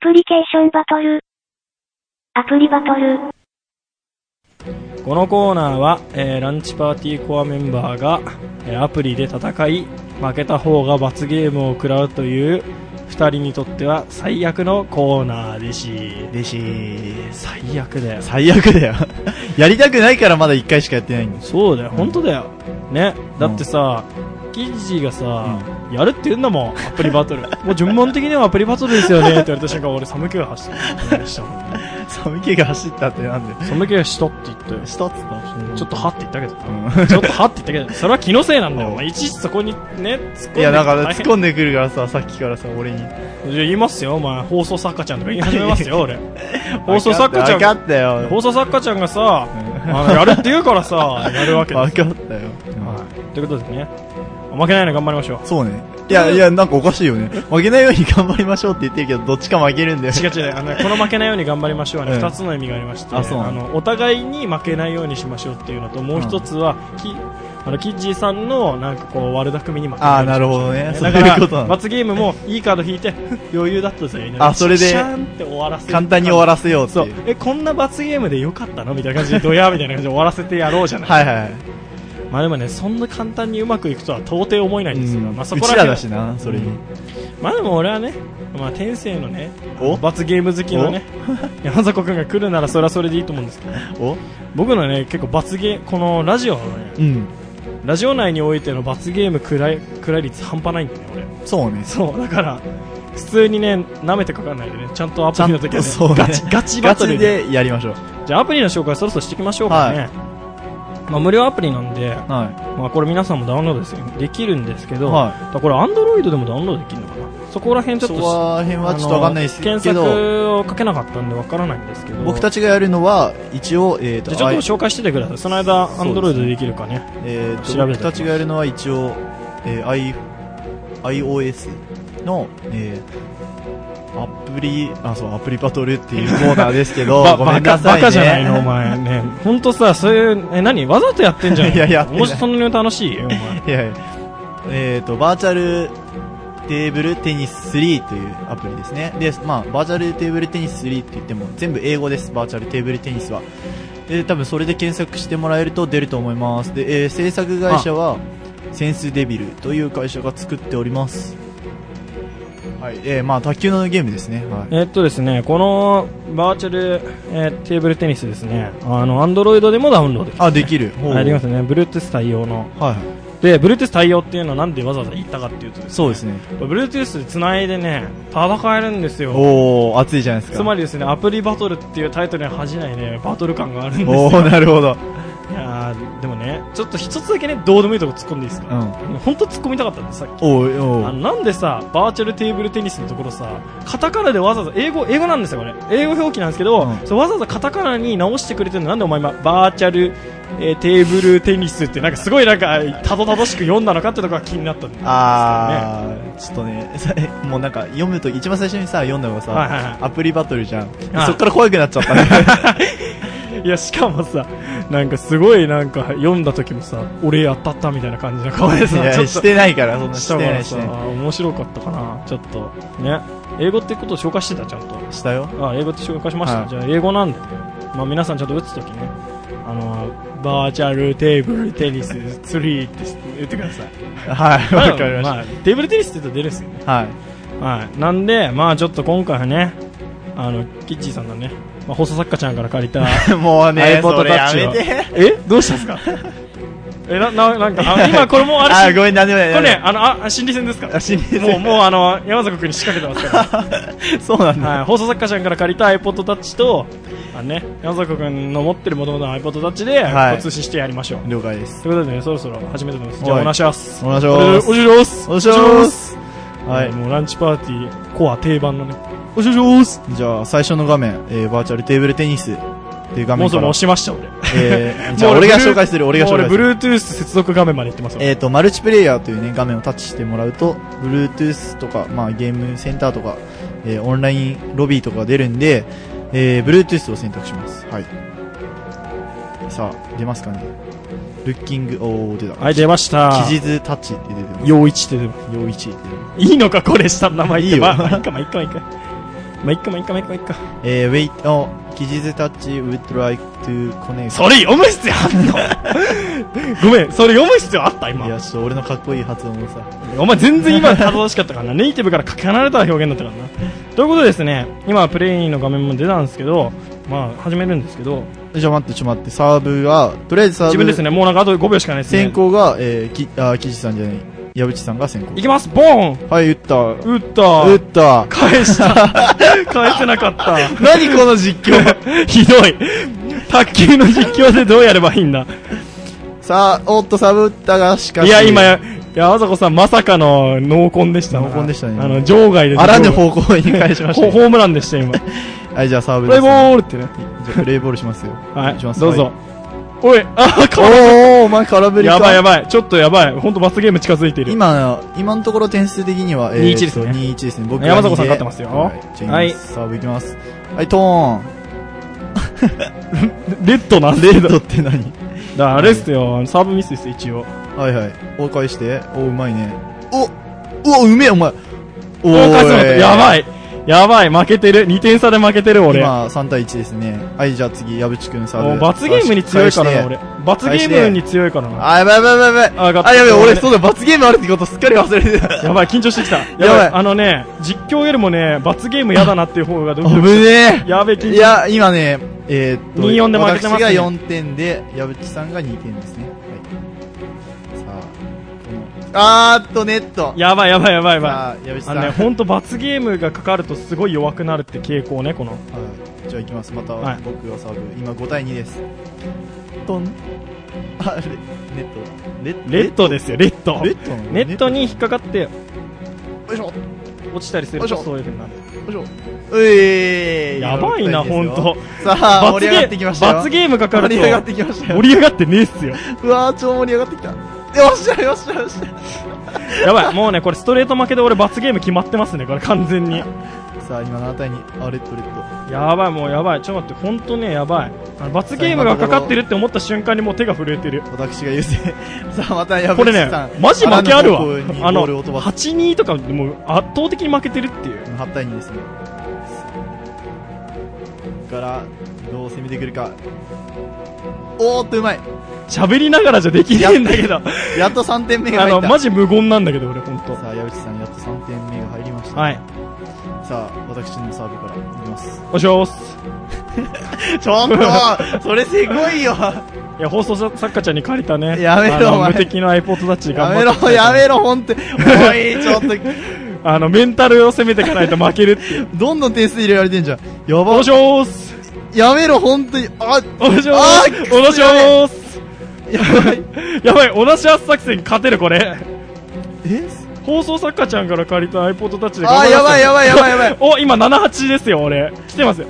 プリケーションバトル。アプリバトル。このコーナーは、えーランチパーティーコアメンバーが、えーアプリで戦い負けた方が罰ゲームを食らうという2人にとっては最悪のコーナーでしでし最悪だよ最悪だよ やりたくないからまだ1回しかやってないんですそうだよ本当だよねだってさ、キッジーがさ、やるって言うんだもんアプリバ トルもう順番的にはアプリバトルですよねって言われた瞬間俺寒気が走ったしたもんね寒気が走ったってなんで寒気がしたって言ったよしたっつったのちょっとはって言ったけどうんちょっとはって言ったけど、それは気のせいなんだよ。うんお前いちいちそこにね、突っ込んで。いやだから大突変っ込んでくるからささっきからさ俺にじゃあ言いますよ、お前。放送作家ちゃんとか言い始めますよ、 俺。放送分作か家っちたゃ分んかが、ったよ放送作家ちゃんがさ、うんあの、やるって言うからさ、やるわけで分すよ。かったはよい。ということでね、負けないように頑張りましょう。そうねいやいやなんかおかしいよね負けないように頑張りましょうって言ってるけどどっちか負けるんだよ違う違う、あのね、この負けないように頑張りましょうはね、うん二つの意味がありまして、あそうなの、のお互いに負けないようにしましょうっていうのと、もう一つは、き、あの、キッジーさんの、なんかこう、悪巧みに負けあなあいようにしましょうなるほどねそうだからいうことなの罰ゲームもいいカード引いて 余裕だったぜあそれでシャーンって終わらせる簡単に終わらせようってそういうえこんな罰ゲームでよかったのみたいな感じでドヤみたいな感じで終わらせてやろうじゃない、はいはいはいまあでもねそんな簡単にうまくいくとは到底思えないんですけど、うんまあ、そうこらちら辺はだしなそれにまあでも俺はね、まあ、天性のねお罰ゲーム好きのね山迫君が来るならそれはそれでいいと思うんですけどお僕のね結構罰ゲーこのラジオのねうんラジオ内においての罰ゲームくらいくらい率半端ないんだよね俺そうねそう、だから、普通にね、舐めてかかんないでね、ちゃんとアプリの時はちゃんと そね、うねガチ、ガチバガトチルで。でやりましょうじゃあアプリの紹介そろそろしていきましょうかね。はまあ無料アプリなんで、はまあこれ皆さんもダウンロードですよできるんですけいど、はいだからこれアンドロイドでもダウンロードできるのかなそこら辺ちょっそと、こら辺はちょっとわかんないですあのけ検ど、索をかけなかったんでわからないんですけど、僕たちちがやるのは、一応、えっ、じとゃあちょっとあい紹介しててください。その間、アンドロイドでできるかね。えーと調べて僕たちがやるのは一応、えー I、iOS の、えーアプリ、あ、そう、アプリバトルっていうコーナーですけど、ば ごバめんカなさバい、ね。カじゃないの、お。前ね。ほんとさ、そういう、え、何わざとやってんじゃん。 いややってないもしそんなに楽しいお前。 いやいや。えっ、と、バーチャルテーブルテニス3というアプリですね。で、まあ、バーチャルテーブルテニス3って言っても、全部英語です、バーチャルテーブルテニスは。で、多分それで検索してもらえると出ると思います。で、えー制作会社は、センスデビルという会社が作っております。はい、えーまあ、卓球のゲームですね。はい。えっとですね、このバーチャル、えーテーブルテニスですね、あの、アンドロイドでもダウンロードできあ、できる。ほうありますね、Bluetooth 対応の。はいはい。で、Bluetooth 対応っていうのはなんでわざわざ言ったかっていうとですそうですね。ね、Bluetooth で繋いでね、戦えるんですよ。おー、熱いじゃないですか。つまりですね、アプリバトルっていうタイトルに恥じないね、バトル感があるんですおよ。ー、なるほど。いやーでもね、ちょっと一つだけね、どうでもいいとこ突っ込んでいいですうか、ん。ほんと突っ込みたかったんです、さっき。おー、おあのー。なんでさ、バーチャルテーブルテニスのところさ、カタカナでわざわざ、英語、英語なんですよ、これ。英語表記なんですけど、うんそうわざわざカタカナに直してくれてるの、なんでお前今、バーチャル、えーテーブルテニスって、なんかすごいなんか、たどたどしく読んだのかってとこが気になったんですよね。あー、ちょっとね、 さもうなんか読むとき、一番最初にさ、読んだのがさ、はいはいはいアプリバトルじゃん。はいそっから怖くなっちゃっ たね。いや、しかもさ、なんかすごいなんか、読んだ時もさ、俺当たったみたいな感じの顔でいさ、ちょっや、としてないから、そんなししたてかないらしさ、てない。面白かったかな、ちょっと。ね。英語ってことを紹介してた、ちゃんと。したよ。あ英語って紹介しました、はいじゃあ英語なんで、まあ、皆さんちょっと打つときねあのバーチャルテーブルテニス3って言ってくださいはい、わかりましあテーブルテニスって言うと出るんですよね、た。はい。はい、なんでまあちょっと今回はねあのキッチーさんのね、まあ、放送作家ちゃんから借りたもう ね、 iPod それやめ Touch て。えどうしたんですかえなななんか あ今これもあれあー、しごめん、なんでもない。これねあのあ心理戦ですからあ心理戦もうもうあの山崎君に仕掛けてますからなんでもないそうなんはだ。い、放送作家さんから借りた iPod Touch と、あのね、山里君の持ってる元々の iPod Touch で、はいお通信してやりましょう。了解です。ということでね、そろそろ始めてます。じゃあ、はいお願いします。お願いしますお願いします。お願いしますは。はいい。もうランチパーティー、コア定番のね、おしょしじゃあ、最初の画面、えーバーチャルテーブルテニスっていう画もう面そかれら押。しました、俺。えーじゃあ、もう俺がブルー紹介する、俺が紹介する。もう俺、Bluetooth 接続画面まで行ってますよ。えっ、と、マルチプレイヤーというね、画面をタッチしてもらうと、Bluetooth とか、まあゲームセンターとか、えーオンラインロビーとかが出るんで、えー、Bluetooth を選択します。はい。さあ、出ますかね。ルッキング、おー、出た。はい、出ました。記事図タッチって出てる。陽一って出ます。よいちって出てる。いいのか、これした名前言っていいよまあまあいいか、まあ、いいか、まあいいか。まあ、いっかまあいっかまあいっかまあいっか。えー、wait, oh, キジズタッチ would like to connect. それ読む必要あんの ごめん、それ読む必要あったいや、今。ちょっと俺のかっこいい発音をさ。お前全然今たどしかったからな。ネイティブからかけ離れた表現だったからな。ということでですね、今プレイの画面も出たんですけど、まあ始めるんですけど、じゃあ待って、ちょっと待って、サーブが、とりあえずサーブ、自分ですね、もうなんかあと5秒しかないですね。先行が、えー、き、あ、キジさんじゃない、矢口さんが先行い。きます、ボーンはい、打った。打った打った。返した 返せなかった何この実況ひどい卓球の実況でどうやればいいんだ さあ、おっと、サーブ打ったが、しかし。いや今やいやあざこさんまさかの濃紺でしたな濃紺でしたねあの場外であらぬ方向に返しましホたホームランで した今はい、じゃあサーブプでレすイボね。ールってねじゃあプレイボールしますよ。はお願しまいすどうぞ。おいあはいかおー、お前空振りか。やばいやばばいちょっとやばい本当罰ゲーム近づいている今、今のところ点数的には、えー2-1ですね2-1ですね。僕山迫迫さん勝ってますよは。はいいサーブいきます。はい、トーン。レッドなんでレだッドって何だあれっすよサーブミスです一応はいはい。お、返して。お、うまいね。お、うわ、うめえ、お前。おお返すのーやばい。いやばい負けてる2点差で負けてる俺今、3対1ですね。はい、じゃあ次、矢口くんサーもうブ。罰ゲームに強いから返な、して俺。。罰ゲームに強いからな。あ、やばいやばいやばいやばい。あがっあ、やべえ、俺、そうだ、罰ゲームあるってことすっかり忘れて た。やばい、緊張してきた。やばい。やばいあのね、実況よりもね、罰ゲーム嫌だなっていう方がど危うねやべえ、緊え。張いや、今ね、えーっと、 2-4で負けてますね私が4点で、矢口さんが2点ですね。はい。さあ、このあーっと、ネット。やばいやばいやばいやばさあ、矢口い。さあん。のはね、いほんと罰ゲームがかかるとすごい弱くなるって傾向ね、この。じゃあ行きます。またはい、僕はサーブ。今、5対2です。トン。あ、レネット。レレッドですよ、レッド。レッドなのネット。に引っかかってよいしょ、よ落ちたりするとそういう風になる。いしょ。うえーやばいな、ほんと。。さあ、盛罰りゲ上がってきましたーよ。罰ゲームかかると盛り上がってきました盛よ。り上がってねえっすよ。うわー、超盛り上がってきた。よっしゃ、よっしゃ、よっしゃ。やばい、もうね、これストレート負けで俺罰ゲーム決まってますね、これ完全に。さあ、今7対2。あ、レッド、レッやばいもうやばいちょっと待って本当ねやばいあの罰ゲームがかかってるって思った瞬間にもう手が震えてるド。私が優勢。 さあ、また矢こ口れねさん。マジ負けあるわ穴の方向にあボのールを飛ばす。 8-2とかでもう圧倒的に負けてるっていう8対2ですね。から、どう攻めてくるか。おーっと、うまい。喋りながらじゃできねえんだけどやっと3点目があ入っのた。マジ無言なんだけど俺本当さあ、矢口さん、やっと3点目が入りました。はいさあ、私のサーブからいきます。おしょーす ちょっと、それすごいよ。いや放送ささっかちゃんに借りたねやめろあのお前無敵の iPod タッチや頑め張ってろ、やめろ、ほんと。おい、ちょっと、あのメンタルを攻めていかないと負けるっていう どんどん点数入れられてんじゃん。やばお。しょーすやめろ、ほんとに。あ、おしょあーーすおしょーすやばい。やばいおなし圧作戦勝てるこ れえ放送作家ちゃんから借りた iPod タッチであー、やばい、やばい、やばい、やば い。お今78ですよ俺来てますよ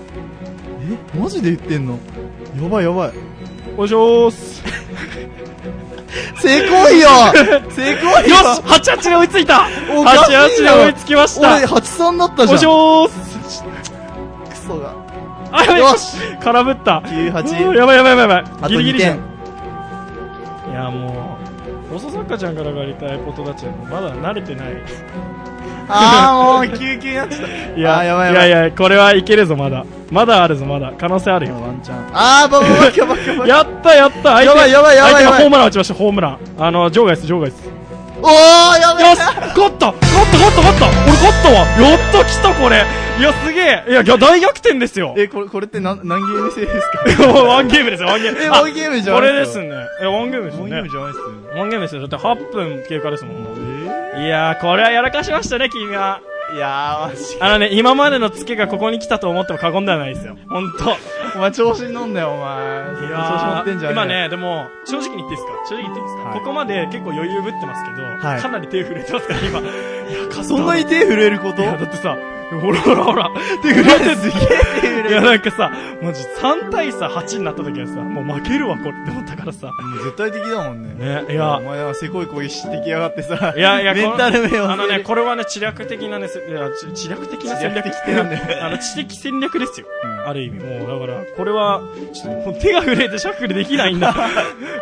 えマジで言ってんのやばい、やばい。おしょー すよせこいよせこいよし88で追いついたおかしいよ88で追いつきまし俺、た83だったじゃん。おしょーすクソが。あやべよし空振った98うんやばいやばいやばいやばあいとギリギ2リじゃん点い。やもう放送作家ちゃんから借りた iPod タッチはまだ慣れてないあー、もう、救急になっちゃった。いやあーやばい、いややばい。いやこれはいけるぞまだまだあるぞまだ可能性あるよワンチャン。あー、ばばばばばばば。やったやった相手やばいやばいやばい相手がやばいホームラン打ちましたホームランあの場外です場外ですおー、やべよえし勝った勝った勝った勝った俺勝ったわやった来たこれいやすげえいやいや大逆転ですよえ、これ、これって何、何ゲーム制です かワンゲームですよワンゲームえ、あワンゲームじゃこないれですねえワンゲームですワよンねゲームじゃないっすよ。ワンゲームですよだって8分経過ですもんもうえいやーこれはやらかしましたね君はいやー、マジあのね今までのツケがここに来たと思っても過言ではないですよ本当。お前調子に乗んなよ、お前。い調子乗やってんじゃーん。今。ねでも正直に言っていいですか正直言っていいですか、はいここまで結構余裕ぶってますけど、はいかなり手震えてますから今いや勝ったそんなに手震えることいやだってさほらほらほら手震えてる手震えるいやなんかさ、マジ3対さ8になった時はさ、もう負けるわこれって思ったからさ。うん絶対的だもんね。ね、いおや、前はせこい攻撃してきやがってさ。いやいや、メンタル面を。あのね、これはね、知略的なね、せいや知知略的な戦略知略的なんだよ あの、知的戦略ですよ。うんある意味、もう、だから、これは、ちょっと、もう手が震えてシャッフルできない んだ。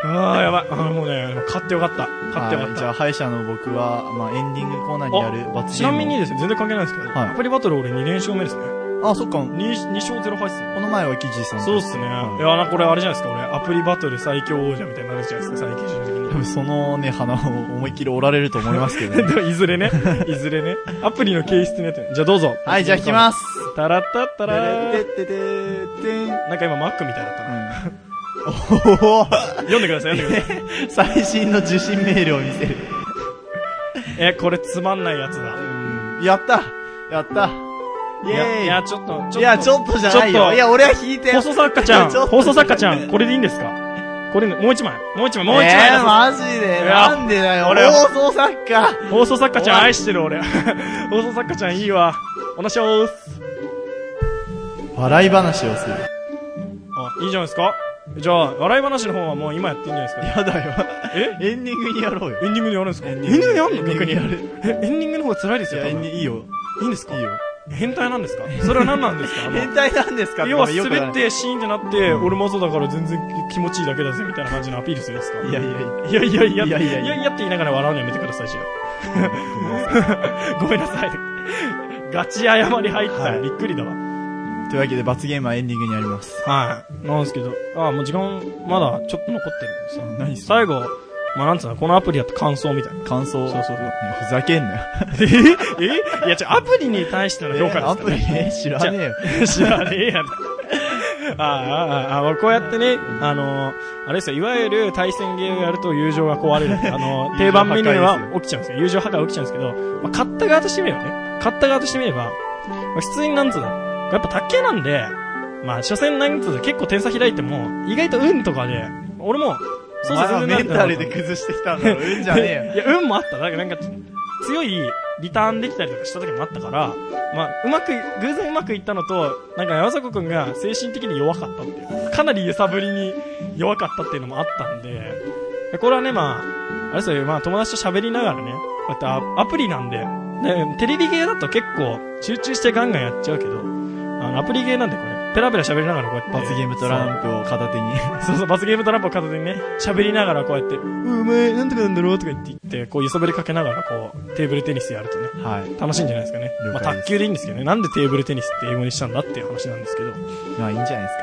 ああ、やばい。あの、もうね、勝ってよかった。勝ってよかはいっじゃあ、た。敗者の僕は、まあ、エンディングコーナーにやる罰ゲームをちなみにですね、全然関係ないですけど、はいアプリバトル俺2連勝目ですね。あ、そっか。こ 2, 2勝0敗っすよ。の前は記事さん。そうっすね。いはいや、なこれあれじゃないですか、俺。アプリバトル最強王者みたいになるじゃないですか、最近順的に多分そのね、鼻を思いっきり折られると思いますけど ね。でもいず れね、いずれね。アプリの形質になってるじゃあどうぞ。。はい、じゃあ弾きますす。タラッタッタラー。ててててん。うん。なんか今マックみたいだったな。おお読んでください、読んでく ださい。最新の受信メールを見せる。え、これつまんないやつだ。やったやったいイや、いェや、ーちょっと、イいや、ちょっとじゃないちょっよ。といや、俺は弾いて放送作家ちゃん、ちょっと放送作家ちゃん、これでいいんですかこれね、もう一枚、もう一枚、もう一枚出えー、さマジでいやなんでだよ。俺は放送作家せ放送作家ちゃおんい愛してる俺。 放送作家ちゃんいいわ。おなしょーす。笑い話をする。あ、いいじゃないですかじゃあ、笑い話の方はもう今やっていいんじゃないですかやだよ。えエンディングにやろうよ。エンディングでやるんですかエンデエィンンデグィングでやるの逆エにンディングでやるえ、エンディングの方が辛いですいよ、多や、エン分デいィングいいよ。いんですかいいよ。変態なんですかそれは何なんですかあの変態なんですか要はまあよく滑わかっんないてシーンってなって、俺もそうだから全然気持ちいいだけだぜみたいな感じのアピールするんですかいやいやいや。いやいやいや、いいややいやいやいいややって言いながら笑うのやめてください、じゃあ。ごめんなさい。ガチ謝り入ったはらいびっくりだわ。というわけで、罰ゲームはエンディングにあります。はい。なんですけど、ああ、もう時間、まだちょっと残ってるんですよ。何そ最後、まあなんつうの、このアプリやった感想みたいな。感想。そうそうそうねふざけん なよ。 ええいや、ちょ、アプリに対しての評えー価アですプかリね。えー知らねえ よ。知らねえやな。ああ、ああ、ああ、こうやってね、あのー、あれですよ、いわゆる対戦ゲームやると友情が壊れるって。あの ー、定番メニューは起きちゃうんですよ。友情破壊起きちゃうんですけど、まあ、買った側としてみればね、買った側としてみれば、まあ、普通になんつうの、やっぱ卓球なんで、まあ、所詮なんつうの、結構点差開いても、意外と運とかで、俺も、おそう前そうは全然なんメンてなかタったルで崩してきたんだろ。うんじゃね いや、運もあった。だからなんか、強いリターンできたりとかした時もあったから、まあ、うまく、偶然うまくいったのと、なんか山迫くんが精神的に弱かったっていう。かなり揺さぶりに弱かったっていうのもあったんで、でこれはね、まあ、あれですよ、まあ友達と喋りながらね、こうやってアアプリなんで、ねテレビゲーだと結構集中してガンガンやっちゃうけど、あの、アプリゲーなんでこれ、ペラペラ喋りながらこうやっえて。よ。罰ゲームトランプを片 手に。そうそう、罰ゲームトランプを片手にね、喋りながらこうやって、うん、お前、なんとかなんだろうとか言って言って、こう揺さぶりかけながら、こう、テーブルテニスやるとね、はい。楽しいんじゃないですかね。ま了あ、解です卓球でいいんですけどね、なんでテーブルテニスって英語にしたんだっていう話なんですけど、まあいいんじゃないです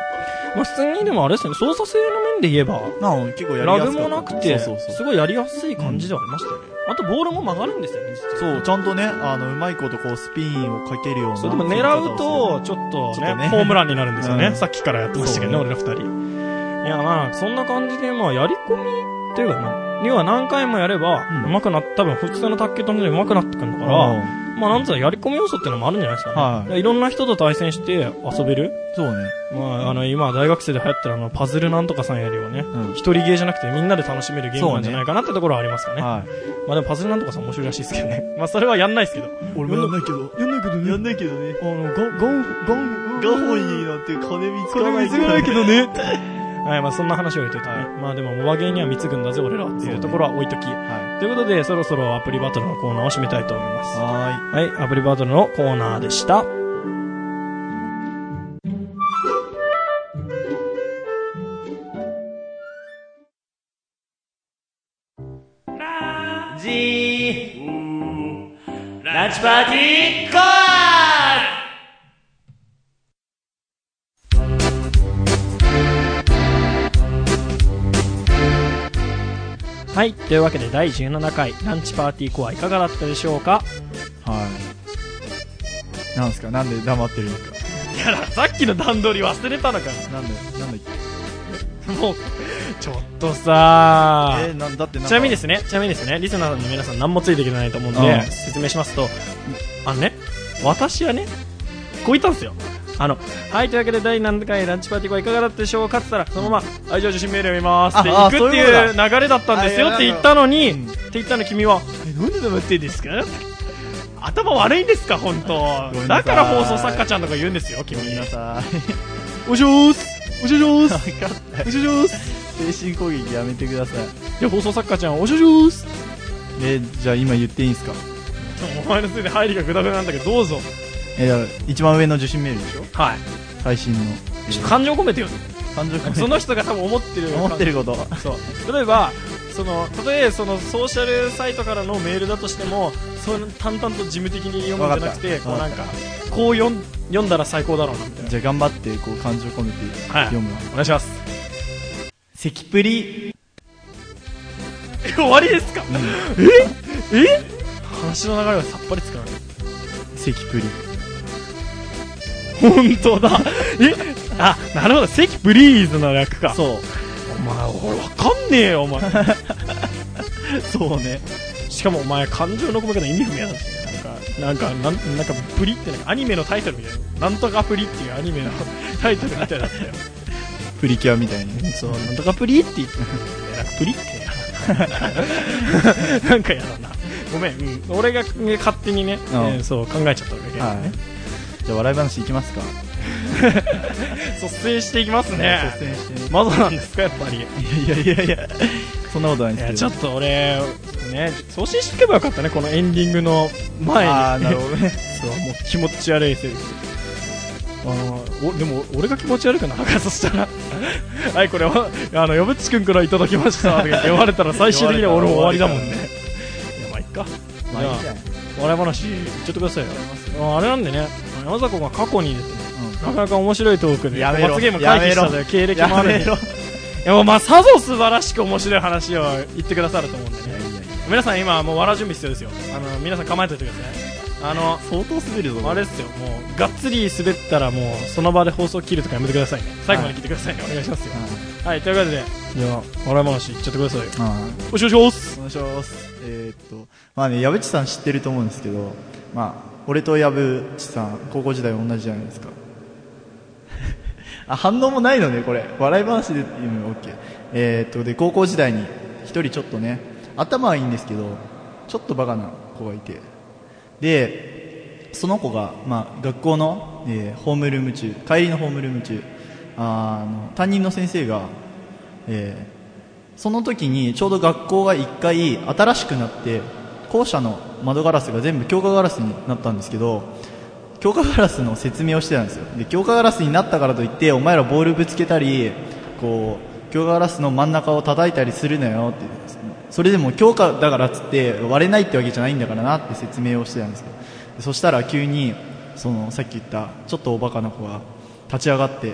まあ、普通にでもあれですね、操作性の面で言えば、か。まあ結構やりやラすかグった。もなくて、そうそうそすう。ごいやりやすい感じではありましたよね。あと、ボールも曲がるんですよね、実は。そう、ちゃんとね、あの、うまいことこう、スピンをかけるような。そう、でも狙うと、ちょっとちょっとね、ねホームランになるんですよね。うんさっきからやってましたけどね、そう俺ら二人。いや、まあ、そんな感じで、まあ、やり込みっていうかね、要は何回もやれば、うん上手くなっ、多分普通の卓球と同じで上手くなってくるんだうかん、ら、うんまあ、なんつうの、やり込み要素っていうのもあるんじゃないですかね。はいだからいろんな人と対戦して遊べる。そうね。まあ、あの、今、大学生で流行ってるあの、パズルなんとかさんやるよね。うん。一人ゲーじゃなくてみんなで楽しめるゲームなんじゃないかなってところはありますかね。はい。まあでもパズルなんとかさん面白いらしいですけどね。まあそれはやんないですけど。俺もやんないけど。やんないけどやんないけどね。あの、ガン、ガン、ガン、ガホイになって金見つこれかない貢けどがないけどね。 はい、まあそんな話を置いといてね。まあでも、モバゲーには貢ぐんだぜ、俺らっていうところは置いとき。はということで、そろそろアプリバトルのコーナーを締めたいと思いまい。す。ははい、アプリバトルのコーナーでした。ランチパーティーコアはい、というわけで第17回ランチパーティーコアいかがだったでしょうかい。はい。なんすかなんで黙ってるんですかいやだ、さっきの段取り忘れたのかなんだ、なんだっけもう、ちょっとさえー、なんだってなんかちなみにですね、ちなみにですね、リスナーの皆さん何もついていけないと思うんうで、ん説明しますと、あのね、私はね、こう言ったんですよ。あの、はい、というわけで第何回ランチパーティーはいかがだったでしょうかって言ったら、そのまま、はい、じゃあ受信メール読みますってあ行くあってそういいうう流れだったんですよあっていや言ったのに、っうんて言ったの君は、え、なんで黙ってんですか頭悪いんですか、本当ごめんなさだいから放送作家ちゃんとか言うんですよ、君ご。めんなさい。おしょーすおしょしょーす分かったおしょしょーす精神攻撃やめてください。で、放送作家ちゃん、おしょしょーすえ、じゃあ今言っていいんすかお前のせいで入りがグダグダなんだけど、どうぞ。え、だから一番上の受信メールでしょはい。最新の。ちょっと感情込めてよ。感情込めて その人が多分思ってる。思ってること。そう。例えば、その、例えそのソーシャルサイトからのメールだとしても、その淡々と事務的に読むんじゃなくて、わかったこうなんかわ、こう読ん読んだら最高だろうなみたいなじゃあ頑張ってこう感情込めてはい読むわ。お願いします関プリ、え終わりですか、ええ話の流れがさっぱりつかない関プリ。本当だえあなるほど関ブリーズの略かそお前俺わかんねえよお前う。 そうね。しかもお前感情の込め方意味不明だしなんかなんかなんなんかブリってなんかアニメのタイトルみたいななんとかブリっていうアニメの タイトルみたいだったよプリキュアみたいに。そうなんとかブリって言っていやなんかブリってや なんかやだなごめん、うん、俺がね勝手にね、えうんーそう考えちゃったわけ、はい。じゃあ笑い話いきますか。率先していきますね率先してマゾなんですかやっぱりいやいやいやいや、そんなことないんいですやけちょっど。と俺ね送信しておけばよかったねこのエンディングの前にああ、なるほどね。そうもう気持ち悪いセリフあのおでも俺が気持ち悪くなるかそしたら はいこれはあの呼ぶちくんからいただきましたとか言って呼ばれ たら最終的には俺も終わりだもんねいやまあいっか まあいいじゃん。笑い話言っちゃってくださいよああれなんでね山里君が過去にですねなかなか面白いトークでやめろ罰ゲーム回避したという経歴もあるんでやめろいやもうまあさぞ素晴らしく面白い話を言ってくださると思うんでいやねいやいや皆さん今もう笑う準備必要ですよあの皆さん構えておいてくださいあの相当滑るぞ。あれですよもうがっつり滑ったらもうその場で放送切るとかやめてくださいね最後まで聞いてくださいね、お願いしますよはいということでじゃあ笑い話いっちゃってくださいようん。うんおしおしおすお願いします。えーっと、まあね、矢渕さん知ってると思うんですけど、まあ、俺と矢渕さん、高校時代同じじゃないですか。 あ、反応もないのね、これ。笑い話で言うの、オッケー。えーっと、で、高校時代に、一人ちょっとね、頭はいいんですけど、ちょっとバカな子がいて。で、その子が、まあ、学校の、えーホームルーム中、帰りのホームルーム中、あーあの、担任の先生が、えーその時にちょうど学校が一回新しくなって校舎の窓ガラスが全部強化ガラスになったんですけど強化ガラスの説明をしてたんですよで強化ガラスになったからといってお前らボールぶつけたりこう強化ガラスの真ん中を叩いたりするなよってそれでも強化だからっつって割れないってわけじゃないんだからなって説明をしてたんですよでそしたら急にそのさっき言ったちょっとおバカな子が立ち上がって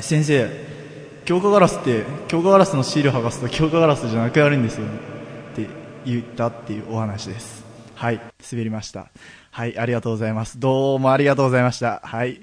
先生強化ガラスって強化ガラスのシール剥がすと強化ガラスじゃなくなるんですよねって言ったっていうお話ですはい滑りましたはいありがとうございますどうもありがとうございましたはい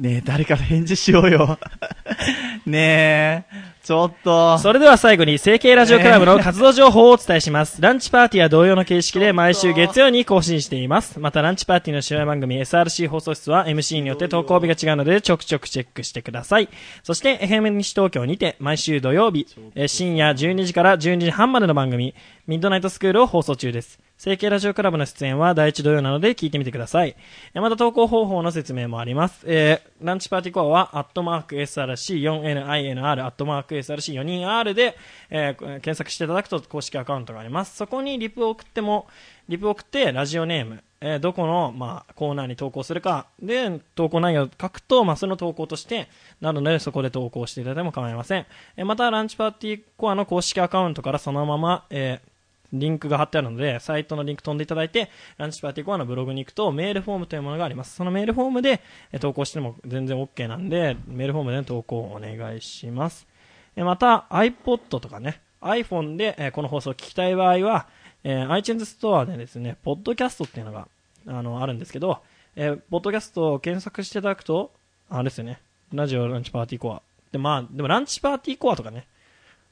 ねえ誰か返事しようよ ねえちょっとそれでは最後に、成形ラジオクラブの活動情報をお伝えします。ランチパーティーは同様の形式で毎週月曜に更新しています。また、ランチパーティーの主演番組 SRC 放送室は MC によって投稿日が違うので、ちょくちょくチェックしてください。そして、FM 西東京にて、毎週土曜日、えー深夜12時から12時半までの番組、ミッドナイトスクールを放送中です。成形ラジオクラブの出演は第一土曜なので聞いてみてください。えーまた投稿方法の説明もあります。えーランチパーティーコアは、アットマーク SRC4NINR、アットマーク SRC4人R で、えー検索していただくと公式アカウントがあります。そこにリプを送っても、リプを送ってラジオネーム、えーどこの、まあ、コーナーに投稿するか、で、投稿内容を書くと、まあ、その投稿として、なるので、そこで投稿していただいても構いません。えーまた、ランチパーティーコアの公式アカウントからそのまま、えーリンクが貼ってあるので、サイトのリンク飛んでいただいて、ランチパーティーコアのブログに行くと、メールフォームというものがあります。そのメールフォームでえ投稿しても全然 OK なんで、メールフォームでの投稿をお願いします。えまた、iPod とかね、iPhone でえこの放送を聞きたい場合は、えー iTunes ストアでですね、ポッドキャストっていうのがあのあるんですけど、えーポッドキャストを検索していただくと、あれですよね、ラジオランチパーティーコア。で、まあ、でもランチパーティーコアとかね、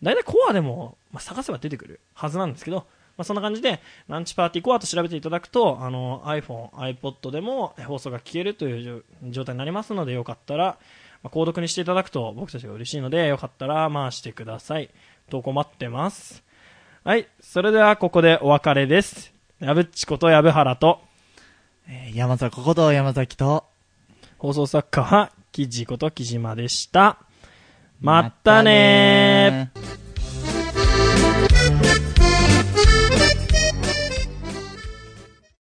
大体コアでも、まあ、探せば出てくるはずなんですけど、まあ、そんな感じで、ランチパーティーコアと調べていただくと、あの、iPhone、iPod でもえ放送が聞けるというじょ状態になりますので、よかったら、まあ、購読にしていただくと僕たちが嬉しいので、よかったら、まあ、してください。投稿待ってます。はい、それではここでお別れです。やぶっちことやぶはらと、えー山崎こと山崎と放送作家は、きじこときじまでした。まったねー。